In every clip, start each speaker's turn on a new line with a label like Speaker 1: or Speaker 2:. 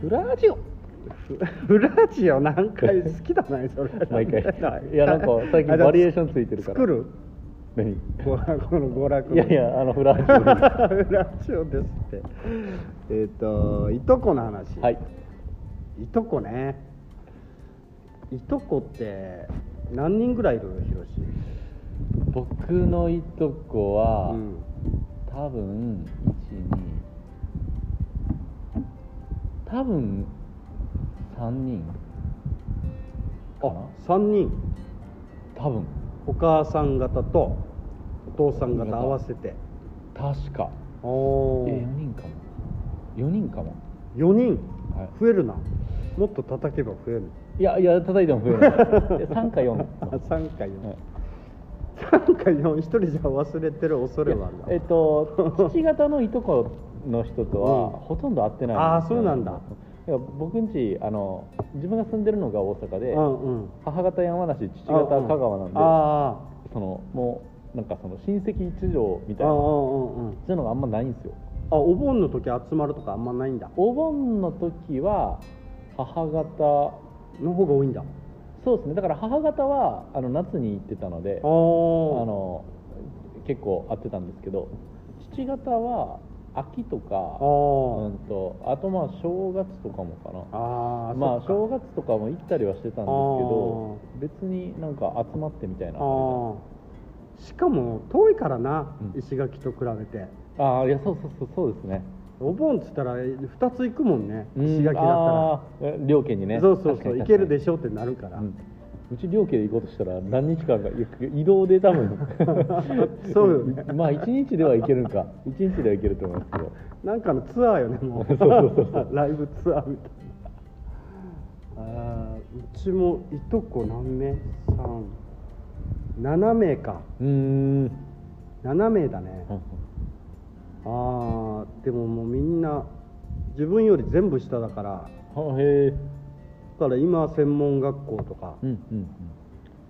Speaker 1: フラジオフ フラジオ何回好きだなそれ
Speaker 2: 毎回いや なんか最近バリエーションついてるから
Speaker 1: 作る
Speaker 2: 何
Speaker 1: この娯楽
Speaker 2: いやいやあのフラッシ
Speaker 1: フラジオですってえっ、といとこの話、
Speaker 2: ュはい
Speaker 1: いとこねいとこって何人ぐらいいるひろし
Speaker 2: 僕のいとこは、
Speaker 1: うん
Speaker 2: 多分12多分3人かな
Speaker 1: あ三3人
Speaker 2: 多分
Speaker 1: お母さん方とお父さん方合わせて
Speaker 2: 確かえ
Speaker 1: お
Speaker 2: 4人かも4人かも
Speaker 1: 4人
Speaker 2: はい
Speaker 1: 増えるな、もっと叩けば増える
Speaker 2: いやいや叩いても増えない 3か4
Speaker 1: 3回4、3回4一人じゃ忘れてる恐れはあるな
Speaker 2: えっと父方のいとこの人とは、
Speaker 1: うん
Speaker 2: ほとんど会ってない
Speaker 1: あーそうなんだ
Speaker 2: いや僕んちあの自分が住んでるのが大阪で、
Speaker 1: うんうん
Speaker 2: 母方山梨父方香川なんで、
Speaker 1: あ
Speaker 2: そのもうなんかその親戚一条み
Speaker 1: あ
Speaker 2: たい
Speaker 1: あああ
Speaker 2: な
Speaker 1: あ
Speaker 2: そう
Speaker 1: あああ
Speaker 2: いうのがあんまないんですよ
Speaker 1: あお盆の時集まるとかあんまないんだ
Speaker 2: お盆の時は母方
Speaker 1: の方が多いんだあ
Speaker 2: そうですねだから母方はあの夏に行ってたので
Speaker 1: あ
Speaker 2: あ
Speaker 1: の
Speaker 2: の結構会ってたんですけど父方は秋と
Speaker 1: あ
Speaker 2: か
Speaker 1: ー
Speaker 2: うんとあとまあ正月とかもかな
Speaker 1: あー
Speaker 2: まあ
Speaker 1: そっか
Speaker 2: 正月とかも行ったりはしてたんですけど別になんか集まってみたいな
Speaker 1: ああしかも遠いからな、
Speaker 2: うん
Speaker 1: 石垣と比べて
Speaker 2: ああいやそうそうそうそうですね
Speaker 1: お盆っつったら2つ行くもんね、
Speaker 2: うん
Speaker 1: 石垣だったら、
Speaker 2: あーえ両家にね
Speaker 1: そうそうそう行けるで
Speaker 2: ょ、
Speaker 1: しょってなるから、
Speaker 2: うんうち両家で行こうとしたら何日間かい移動で多分
Speaker 1: そうよね
Speaker 2: まあ一日では行けるんか一日では行けると思いますけど
Speaker 1: なんかのツアーよねもうライブツアーみたいなあーうちもいとこ何名 ?37 名か
Speaker 2: うーん
Speaker 1: 7名だね、ああでももうみんな自分より全部下だから
Speaker 2: はへえ
Speaker 1: だから今専門学校とか
Speaker 2: うんうんうん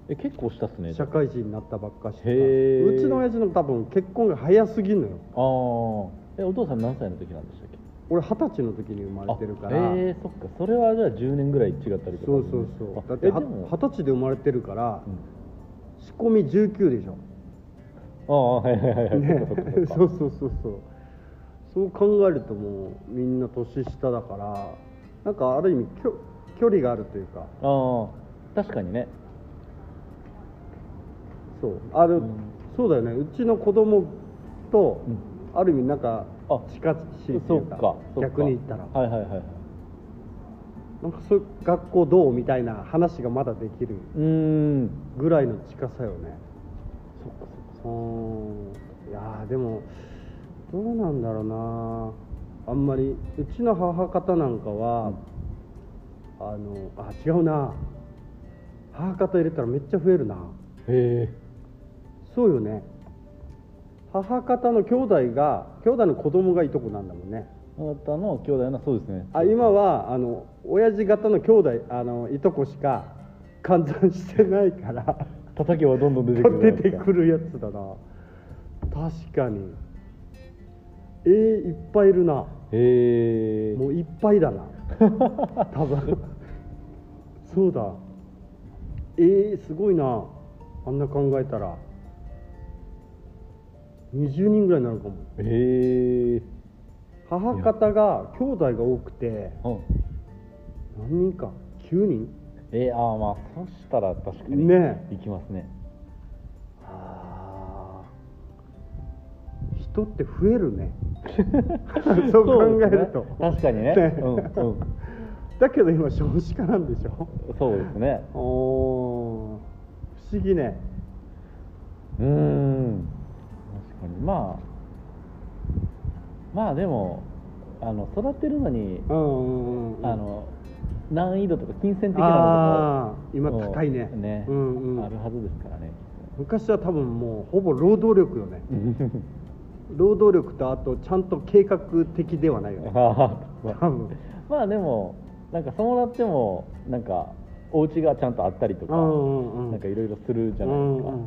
Speaker 2: え結構したっすね
Speaker 1: 社会人になったばっかしとか
Speaker 2: へー
Speaker 1: うちの親父の多分結婚が早すぎるのよ
Speaker 2: ああえお父さん何歳の時なんでしたっけ
Speaker 1: 俺二十歳の時に生まれてるから
Speaker 2: あえー、そっかそれはじゃあ10年ぐらい違ったりとか
Speaker 1: そうそうそう
Speaker 2: あ
Speaker 1: だっ
Speaker 2: え
Speaker 1: て
Speaker 2: で
Speaker 1: は
Speaker 2: も
Speaker 1: 二十歳で生まれてるから
Speaker 2: うん
Speaker 1: 仕込み19でしょ
Speaker 2: ああはいはいはいはい、
Speaker 1: ね
Speaker 2: そっかそっか
Speaker 1: そうそうそうそうそう考えるともうみんな年下だからなんかある意味きょ距離があるというか
Speaker 2: ああ確かにね
Speaker 1: そうある、
Speaker 2: うん
Speaker 1: そうだよねうちの子供と、
Speaker 2: うん
Speaker 1: ある意味なんか
Speaker 2: あ
Speaker 1: 近しいと
Speaker 2: そ
Speaker 1: いうう
Speaker 2: か
Speaker 1: か
Speaker 2: そうか
Speaker 1: 逆に言ったら
Speaker 2: はいはいはいはい
Speaker 1: なんかそういう学校どうみたいな話がまだできる
Speaker 2: うーん
Speaker 1: ぐらいの近さよね
Speaker 2: そっかそっか
Speaker 1: うーんいやーでもどうなんだろうなあんまりうちの母方なんかは、あのあ違うな母方入れたらめっちゃ増えるな
Speaker 2: へ
Speaker 1: そうよね母方の兄弟が兄弟の子供がいとこなんだもんね
Speaker 2: えあなたの兄弟のそうですね
Speaker 1: あ今はあの親父方の兄弟あのいとこしか換算してないから
Speaker 2: 叩けばどんどん出てくる
Speaker 1: 出
Speaker 2: じゃないで
Speaker 1: て
Speaker 2: すか
Speaker 1: くるやつだな確かにえー、いっぱいいるな
Speaker 2: へえ
Speaker 1: もういっぱいだな多分 そうだえー、すごいなあんな考えたら20人ぐらいになるかも
Speaker 2: へえ
Speaker 1: 母方が兄弟が多くて
Speaker 2: うん
Speaker 1: 何人か9人
Speaker 2: えー、ああまあそしたら確かに
Speaker 1: ね
Speaker 2: いきますね
Speaker 1: あー人って増え るね そう考えると、
Speaker 2: そうですね確かにねうんうん
Speaker 1: だけど今少子化なんでしょ
Speaker 2: そうですね
Speaker 1: おお不思議ね
Speaker 2: うーん確かにまあまあでもあの育てるのに、
Speaker 1: うんうんうんうん
Speaker 2: あの難易度とか金銭的な
Speaker 1: あ
Speaker 2: の
Speaker 1: ー今高いね
Speaker 2: もうね、
Speaker 1: うんうん
Speaker 2: あるはずですからね
Speaker 1: 昔は多分もうほぼ労働力よね労働力とあとちゃんと計画的ではない よね
Speaker 2: あ
Speaker 1: 多
Speaker 2: ー
Speaker 1: 分
Speaker 2: まあでもなんかそうなってもなんかお家がちゃんとあったりとか、
Speaker 1: うんうんうん
Speaker 2: なんかいろいろするじゃないですか、
Speaker 1: うんうん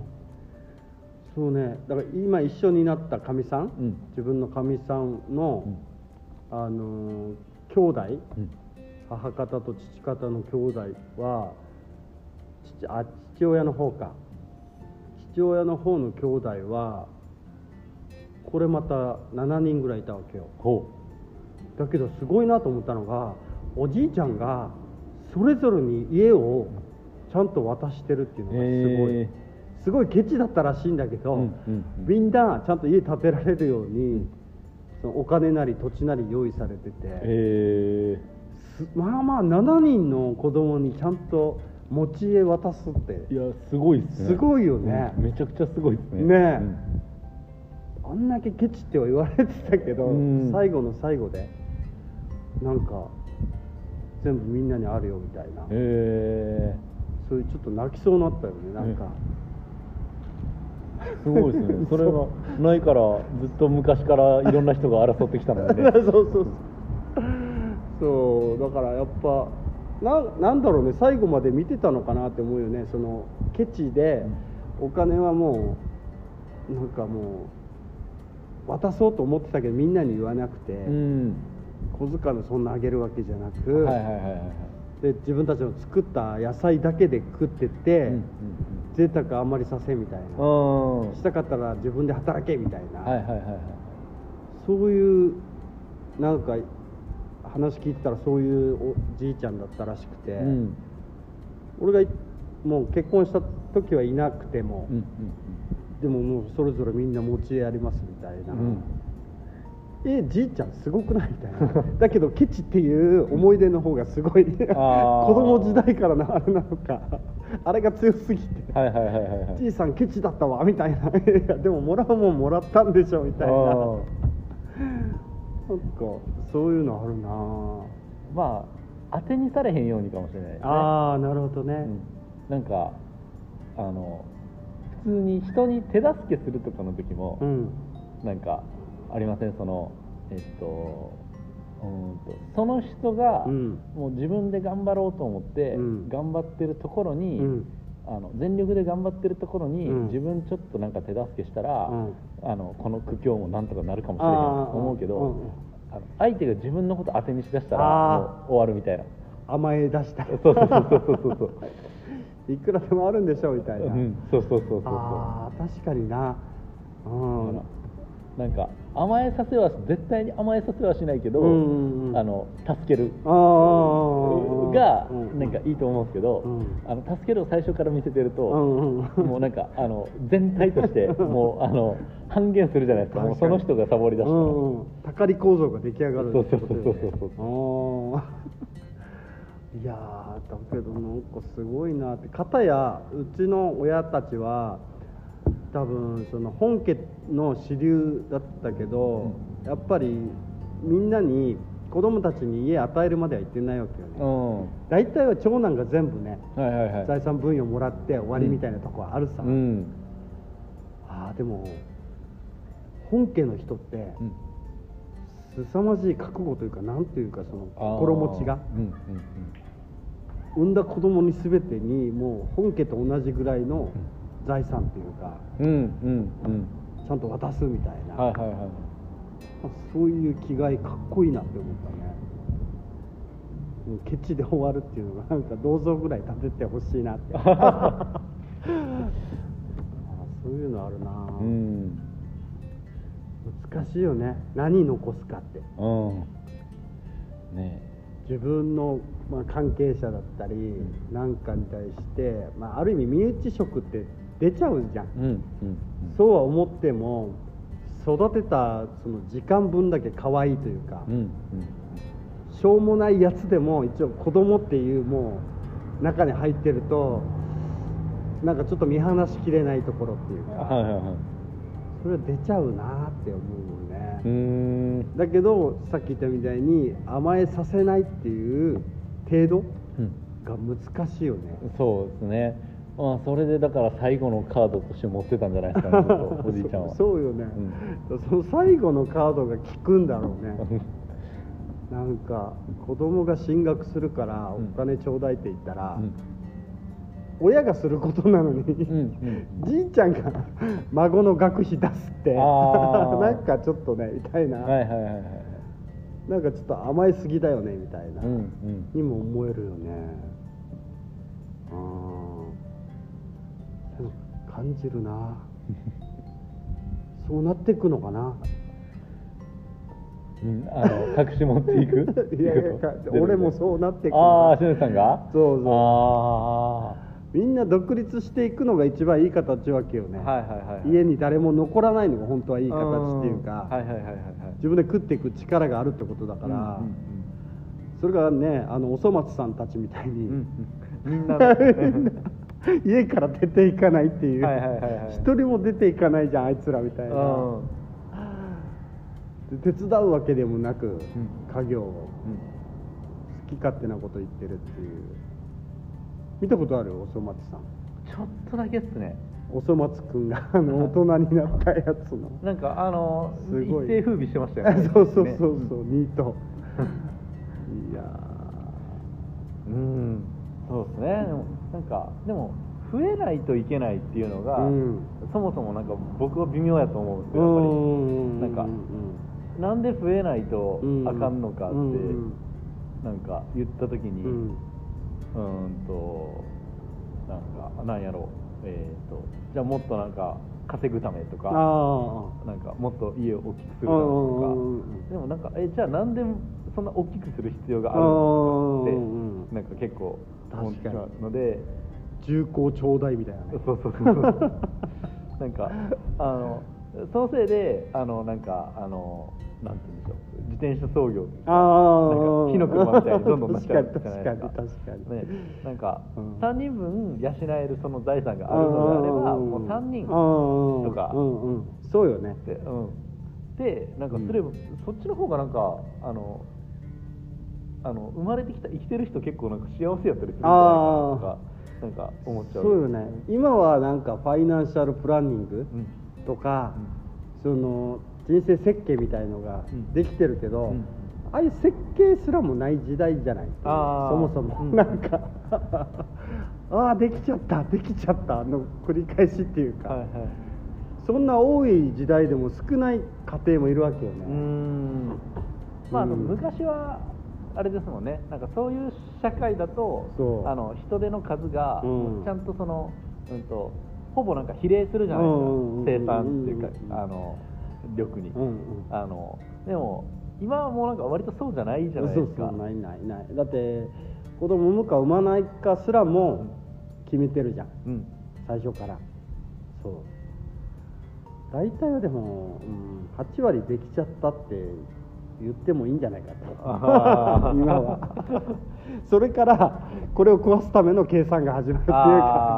Speaker 1: そうねだから今一緒になったかみさん、
Speaker 2: うん
Speaker 1: 自分のかみさんの、
Speaker 2: うん
Speaker 1: あのー兄弟
Speaker 2: うん
Speaker 1: 母方と父方の兄弟は父あ父親の方か父親の方の兄弟はこれまた7人ぐらいいたわけよ
Speaker 2: ほ
Speaker 1: だけどすごいなと思ったのがおじいちゃんがそれぞれに家をちゃんと渡してるっていう
Speaker 2: う
Speaker 1: のがすごい、
Speaker 2: え
Speaker 1: すごいケチだったらしいんだけど、
Speaker 2: うんうんうん
Speaker 1: みんなちゃんと家建てられるように、そのお金なり土地なり用意されてて、
Speaker 2: ー、え
Speaker 1: すまあまあ7人の子供にちゃんと持ち家渡すって
Speaker 2: ー、いやすごいっすね
Speaker 1: すごいよね
Speaker 2: うんめちゃくちゃすごいっすね
Speaker 1: ねえ
Speaker 2: うん
Speaker 1: あんだけケチっては言われてたけど、
Speaker 2: うん
Speaker 1: 最後の最後でなんか全部みんなにあるよみたいな、
Speaker 2: え
Speaker 1: そういうちょっと泣きそうになったよねなんか、
Speaker 2: ねー、すごいですね それがないからずっと昔からいろんな人が争ってきたので、ね、
Speaker 1: そうそうそうそうだからやっぱなんなんだろうね最後まで見てたのかなって思うよねそのケチでお金はもうなんかもう渡そうと思ってたけどみんなに言わなくて、
Speaker 2: うん
Speaker 1: 小遣いもそんなあげるわけじゃなく、
Speaker 2: はいはいはいはいはい
Speaker 1: で自分たちの作った野菜だけで食ってて、
Speaker 2: うんうん
Speaker 1: 贅沢あんまりさせんみたいな、
Speaker 2: うんうん
Speaker 1: したかったら自分で働けみたいな、
Speaker 2: はいはいはいはい
Speaker 1: そういうなんか話聞いてたらそういうおじいちゃんだったらしくて、
Speaker 2: うん
Speaker 1: 俺がいもう結婚した時はいなくても、
Speaker 2: うん
Speaker 1: でももうそれぞれみんな持ち家ありますみたいな、
Speaker 2: うんうん
Speaker 1: えじいちゃんすごくないみたいな だけどケチっていう思い出の方がすごい 子
Speaker 2: あー
Speaker 1: 供時代からのあれなのかあれが強すぎて。
Speaker 2: はいはいはいはいはい
Speaker 1: じいさんケチだったわみたいないやでももらうもんもらったんでしょみたいな
Speaker 2: あ
Speaker 1: なん
Speaker 2: ー
Speaker 1: かそういうのあるなぁ
Speaker 2: まあ当てにされへんようにかもしれないですね
Speaker 1: ああなるほどね、
Speaker 2: うんなんかあの普通に人に手助けするとかの時も、
Speaker 1: うん
Speaker 2: なんかありませんそのえっとうーんとその人が、
Speaker 1: うん
Speaker 2: もう自分で頑張ろうと思って、
Speaker 1: うん
Speaker 2: 頑張ってるところに、
Speaker 1: うん
Speaker 2: あの全力で頑張ってるところに、
Speaker 1: うん
Speaker 2: 自分ちょっとなんか手助けしたら、
Speaker 1: うん
Speaker 2: あのこの苦境もなんとかなるかもしれ
Speaker 1: あ
Speaker 2: ない
Speaker 1: ー
Speaker 2: と思うけど、
Speaker 1: うんうん
Speaker 2: あの相手が自分のこと当てにしだしたら
Speaker 1: あー
Speaker 2: もう終わるみたいな。
Speaker 1: 甘え出した
Speaker 2: そうそうそうそうそうそう
Speaker 1: いくらでもあるんでしょみたいな、
Speaker 2: うん、そうそうそうそうそう
Speaker 1: ああ確かになうん
Speaker 2: なんか甘えさせは絶対に甘えさせはしないけど、
Speaker 1: うんうんうん
Speaker 2: あの助ける
Speaker 1: あー
Speaker 2: が
Speaker 1: うん
Speaker 2: なんかいいと思うんですけど、
Speaker 1: うん
Speaker 2: あの助けるを最初から見せてると、
Speaker 1: うんうん
Speaker 2: もうなんかあの全体としてもうあの半減するじゃないですかもうその人がサボりだしたら、
Speaker 1: うんうん、たかり構造が出来上がるってことよね
Speaker 2: そうそうそうそうそう
Speaker 1: あーいやーだけどなんかすごいなって片やうちの親たちは多分その本家の支流だったけど、やっぱりみんなに子供たちに家与えるまでは行ってないわけよね、
Speaker 2: うん
Speaker 1: 大体は長男が全部ね
Speaker 2: はいはいはい
Speaker 1: 財産分与もらって終わりみたいなとこはあるさ、
Speaker 2: うん
Speaker 1: ああでも本家の人って、
Speaker 2: うん
Speaker 1: 凄まじい覚悟というかなんというかその
Speaker 2: あー
Speaker 1: 心持ちが
Speaker 2: うんうんうん
Speaker 1: 産んだ子供に全てにもう本家と同じぐらいの財産というか
Speaker 2: うんうん
Speaker 1: ちゃんと渡すみたい
Speaker 2: うん
Speaker 1: な、
Speaker 2: はいはいはい
Speaker 1: そういう気概かっこいいなって思ったねもうケチで終わるっていうのがなんか銅像ぐらい建ててほしいなって あそういうのあるな、
Speaker 2: うん
Speaker 1: 難しいよね何残すかって
Speaker 2: うんね
Speaker 1: 自分の、まあ、関係者だったりなんかに対して、まあ、ある意味身内色って出ちゃうじゃん、
Speaker 2: えうんうん
Speaker 1: そうは思っても育てたその時間分だけ可愛いというか、
Speaker 2: うん
Speaker 1: しょうもないやつでも一応子供っていうもう中に入ってるとなんかちょっと見放しきれないところってい
Speaker 2: う
Speaker 1: う
Speaker 2: ん
Speaker 1: か、
Speaker 2: はいはいはい
Speaker 1: それは出ちゃうなって思うよね、
Speaker 2: うーん
Speaker 1: だけどさっき言ったみたいに甘えさせないっていう程度
Speaker 2: うん
Speaker 1: が難しいよね
Speaker 2: そうですねまあそれでだから最後のカードとして持ってたんじゃないですかねずっとおじいちゃんは
Speaker 1: そうそうよね、その最後のカードが効くんだろうねなんか子供が進学するから
Speaker 2: うん
Speaker 1: お金ちょうだいって言ったら、
Speaker 2: うん
Speaker 1: 親がすることなのに、
Speaker 2: うんうん
Speaker 1: じいちゃんが孫の学費出すって
Speaker 2: あー
Speaker 1: なんかちょっとねみたいな、
Speaker 2: はいはいはいはい
Speaker 1: なんかちょっと甘えすぎだよねみたいな、
Speaker 2: うんうん
Speaker 1: にも思えるよねあーでも感じる なそうなっていくのかな
Speaker 2: うんあの隠し持って いく
Speaker 1: いやいや
Speaker 2: って
Speaker 1: か
Speaker 2: こと
Speaker 1: 俺もそうなっていく
Speaker 2: ああ
Speaker 1: の
Speaker 2: ー
Speaker 1: か
Speaker 2: 篠田さ
Speaker 1: な
Speaker 2: んが
Speaker 1: そうそう
Speaker 2: あ
Speaker 1: みんな独立していくのが一番いい形わけよね、
Speaker 2: あはいはいはい
Speaker 1: 家
Speaker 2: に
Speaker 1: に誰も残らないのが本当はいい形っていうか、
Speaker 2: はいはいはいはいはい
Speaker 1: 自分で食っていく力があるってことだから、
Speaker 2: うん
Speaker 1: それがねあのおそ松さんたちみたいに、
Speaker 2: うんうんうん みんなはいはい
Speaker 1: 家から出ていかないっていう、
Speaker 2: はいはい
Speaker 1: 一人も出ていかないじゃんあいつらみたいな、
Speaker 2: うん
Speaker 1: で手伝うわけでもなく、
Speaker 2: ん
Speaker 1: 家業を好き勝手なこと言ってるっていう見たことあるおそ松さん
Speaker 2: ちょっとだけっすね
Speaker 1: おそ松くんがあの大人になったやつの
Speaker 2: なんかあの
Speaker 1: す
Speaker 2: 一
Speaker 1: ごい
Speaker 2: 定風靡してましたよ ね
Speaker 1: そうそうそ
Speaker 2: ね
Speaker 1: うそう、ニートいや
Speaker 2: うんそうですねでもなんかでも増えないといけないっていうのが、
Speaker 1: うん
Speaker 2: そもそもなんか僕は微妙やと思うんです
Speaker 1: ー
Speaker 2: よ
Speaker 1: ん
Speaker 2: なんかやっぱりなんで増えないと
Speaker 1: うん
Speaker 2: あかんのかって、
Speaker 1: うん
Speaker 2: なんか言った時
Speaker 1: う
Speaker 2: にうん
Speaker 1: ん
Speaker 2: ーんとなんかなんやろうえっ、とじゃあもっとなんか稼ぐためと
Speaker 1: あ
Speaker 2: か
Speaker 1: あ
Speaker 2: なんかもっと家を大きくするため
Speaker 1: うんうんうん
Speaker 2: と
Speaker 1: う
Speaker 2: か
Speaker 1: ん
Speaker 2: でもなんかえじゃあなんでそんな大きくする必要がある
Speaker 1: うんうん
Speaker 2: の
Speaker 1: う
Speaker 2: かってなん
Speaker 1: ん
Speaker 2: か結構思ってしまう
Speaker 1: 確
Speaker 2: ので
Speaker 1: 重厚ちょうだいみたいなね
Speaker 2: そうそうそうそうなんかあのそのせいであのなんかあのなんて言うんでしょう自転車操業っていうか
Speaker 1: あー
Speaker 2: なんか火の車みたいにどんどんなっちゃう
Speaker 1: 確かに
Speaker 2: じゃないです
Speaker 1: 確かに確かに
Speaker 2: ね、なんか、
Speaker 1: うん
Speaker 2: 三3人分養えるその財産があるのであればもう3人とか
Speaker 1: うんうんそうよね
Speaker 2: で,、うん、でなんかすれば、そっちの方がなんかあのあの生まれてきた生きてる人結構なんか幸せやったりするんじゃないかなとかなんか思っちゃう
Speaker 1: そうよね今はなんかファイナンシャルプランニング
Speaker 2: うん
Speaker 1: とか、その人生設計みたいのが
Speaker 2: うん
Speaker 1: できてるけど、
Speaker 2: うん
Speaker 1: ああいう設計すらもない時代じゃない
Speaker 2: あー
Speaker 1: そもそも、
Speaker 2: うん
Speaker 1: なんか ああできちゃったできちゃったの繰り返しっていうか、
Speaker 2: はいはい
Speaker 1: そんな多い時代でも少ない家庭もいるわけよ
Speaker 2: う
Speaker 1: ね、
Speaker 2: ーんまああの
Speaker 1: うん
Speaker 2: 昔はあれですもんねなんかそういう社会だと
Speaker 1: そう
Speaker 2: あの人手の数が、
Speaker 1: うん
Speaker 2: ちゃんとその、うん、とほぼなんか比例するじゃない
Speaker 1: うんうんうんうんうん
Speaker 2: ですか生産っていうかあの力に、
Speaker 1: うんうん
Speaker 2: あのでも今はもうなんか割とそうじゃないじゃないですか
Speaker 1: そうそうないないないだって子供産むか産まないかすらも決めてるじゃん
Speaker 2: う ん
Speaker 1: 最初からそう大体はでも、うん、8割できちゃったって言ってもいいんじゃないかと
Speaker 2: あー
Speaker 1: 今はそれからこれを壊すための計算が始まるっていうか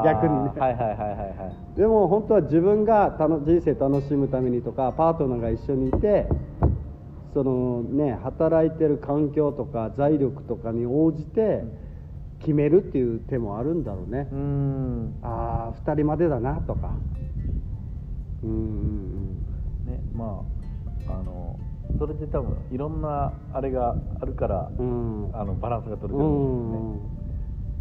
Speaker 2: あー
Speaker 1: 逆にね、
Speaker 2: はいはいはいはいはい
Speaker 1: でも本当は自分が楽人生楽しむためにとかパートナーが一緒にいてそのね働いてる環境とか財力とかに応じて決めるっていう手もあるんだろうね、
Speaker 2: うーん
Speaker 1: ああ2人までだなとかうんうん
Speaker 2: ねまああのそれで多分いろんなあれがあるから、
Speaker 1: うんうん
Speaker 2: あのバランスが取れて
Speaker 1: う
Speaker 2: るん
Speaker 1: ん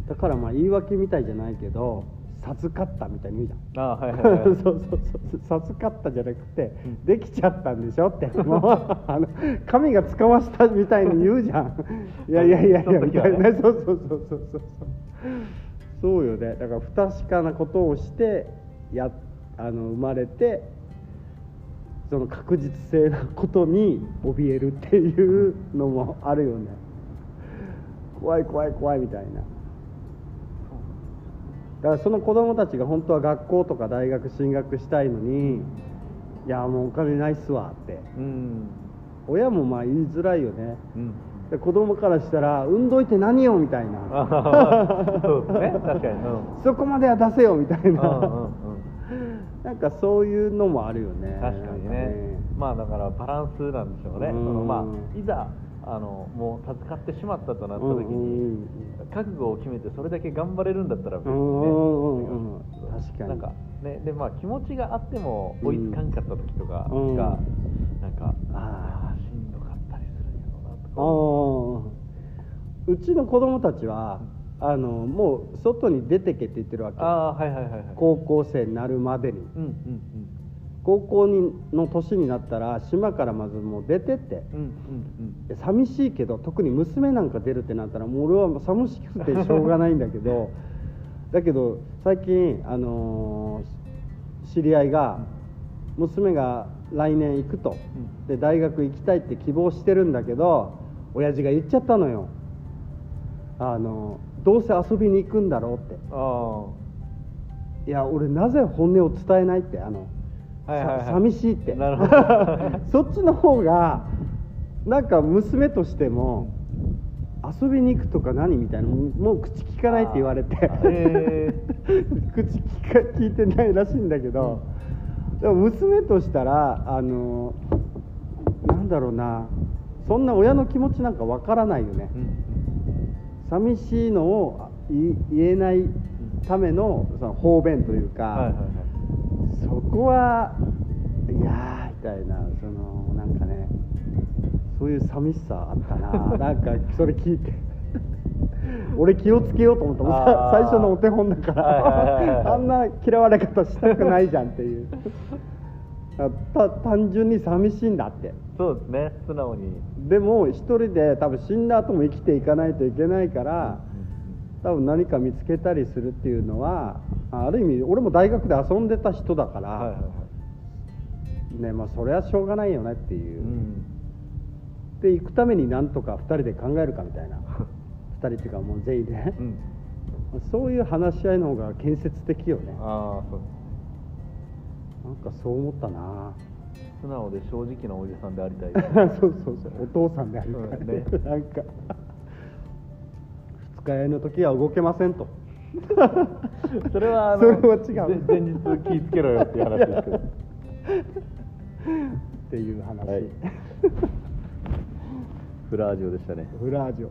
Speaker 1: だからまあ言い訳みたいじゃないけど授かったみたいに言うじゃん
Speaker 2: ですね、ああはいはいはい
Speaker 1: そうそうそう授かったじゃなくて、できちゃったんでしょってもう あの神が使わしたみたいに言うじゃ んいやいやいやい
Speaker 2: その
Speaker 1: やみ
Speaker 2: 時
Speaker 1: た
Speaker 2: はいね
Speaker 1: な、そうそうそうそうそうそうそうよねだから不確かなことをしてやあの生まれてその確実性なことに怯えるっていうのもあるよね怖い怖い怖いみたいなだからその子供たちが本当は学校とか大学進学したいのに、いやもうお金ないっすわって
Speaker 2: うん
Speaker 1: 親もまあ言いづらいよね
Speaker 2: うん
Speaker 1: で子供からしたら運動いて何よみたい
Speaker 2: あは
Speaker 1: な
Speaker 2: はそうですね確かにうん
Speaker 1: そこまでは出せよみた い
Speaker 2: うんう
Speaker 1: なん
Speaker 2: うん
Speaker 1: なんかそういうのもあるよね
Speaker 2: 確かにねまあだからバランスなんでしょうね
Speaker 1: う
Speaker 2: そ
Speaker 1: ん
Speaker 2: のまあいざあのもう助かってしまったとなった時
Speaker 1: うんうんうん
Speaker 2: に覚悟を決めてそれだけ頑張れるんだったら別にね
Speaker 1: うんうんうんうん確かに
Speaker 2: なんかねでまあ気持ちがあっても追いつかんかった時とかが、
Speaker 1: うん
Speaker 2: なんかあ
Speaker 1: あ
Speaker 2: ーしんどかったりするんやろうなとか
Speaker 1: あーうちの子供たちはあのもう外に出てけって言ってるわけ
Speaker 2: あーはいはいはいはい
Speaker 1: 高校生になるまでに
Speaker 2: うんうん
Speaker 1: 高校にの年になったら島からまずもう出てって
Speaker 2: うんうん
Speaker 1: いや寂しいけど特に娘なんか出るってなったらもう俺はもう寂しくてしょうがないんだ けどだけど最近、あのー知り合いが娘が来年行くと、
Speaker 2: うん
Speaker 1: で大学行きたいって希望してるんだけど親父が言っちゃったのよ、あのーどうせ遊びに行くんだろうって
Speaker 2: うんあ
Speaker 1: いや俺なぜ本音を伝えないってあの、
Speaker 2: あはいはいはい
Speaker 1: さ寂しいって
Speaker 2: なるほど
Speaker 1: そっちの方がなんか娘としても遊びに行くとか何みたいなもうもう口聞かないって言われて、
Speaker 2: あーへ
Speaker 1: 口聞か聞いてないらしいんだけど、でも娘としたらあのなんだろうなそんな親の気持ちなんかわからないよね、
Speaker 2: うん
Speaker 1: 寂しいのをあい言えないためのその方便というか、
Speaker 2: はいはいはい
Speaker 1: そこはいやーみたいなそのなんかねそういう寂しさあっ たななんかそれ聞いて俺気をつけようと思ったもんさ
Speaker 2: あー
Speaker 1: 最初のお手本だか
Speaker 2: はいはいはいはい
Speaker 1: らあんな嫌われ方したくないじゃんっていうあた単純に寂しいんだって
Speaker 2: そうですね素直に
Speaker 1: でも一人で多分死んだ後も生きていかないといけないから、多分何か見つけたりするっていうのはあある意味俺も大学で遊んでた人だから、
Speaker 2: はいはいはい
Speaker 1: ねまあ、それはしょうがないよねっていうう、
Speaker 2: ん
Speaker 1: で行くためになんとか2人で考えるかみたいな2人っていうかもう全員で、
Speaker 2: うん
Speaker 1: そういう話し合いの方が建設的よね
Speaker 2: ああそう
Speaker 1: なんかそう思ったな
Speaker 2: 素直で正直なおじさんでありたいです
Speaker 1: そうそうそうお父さんであるから
Speaker 2: そうだね
Speaker 1: なんか二日酔いの時は動けませんと
Speaker 2: それはあの
Speaker 1: それは違う
Speaker 2: ぜ前日気ぃつけろよっていう話ですけど
Speaker 1: っていう話、
Speaker 2: はいフラージュでしたね
Speaker 1: フラージュ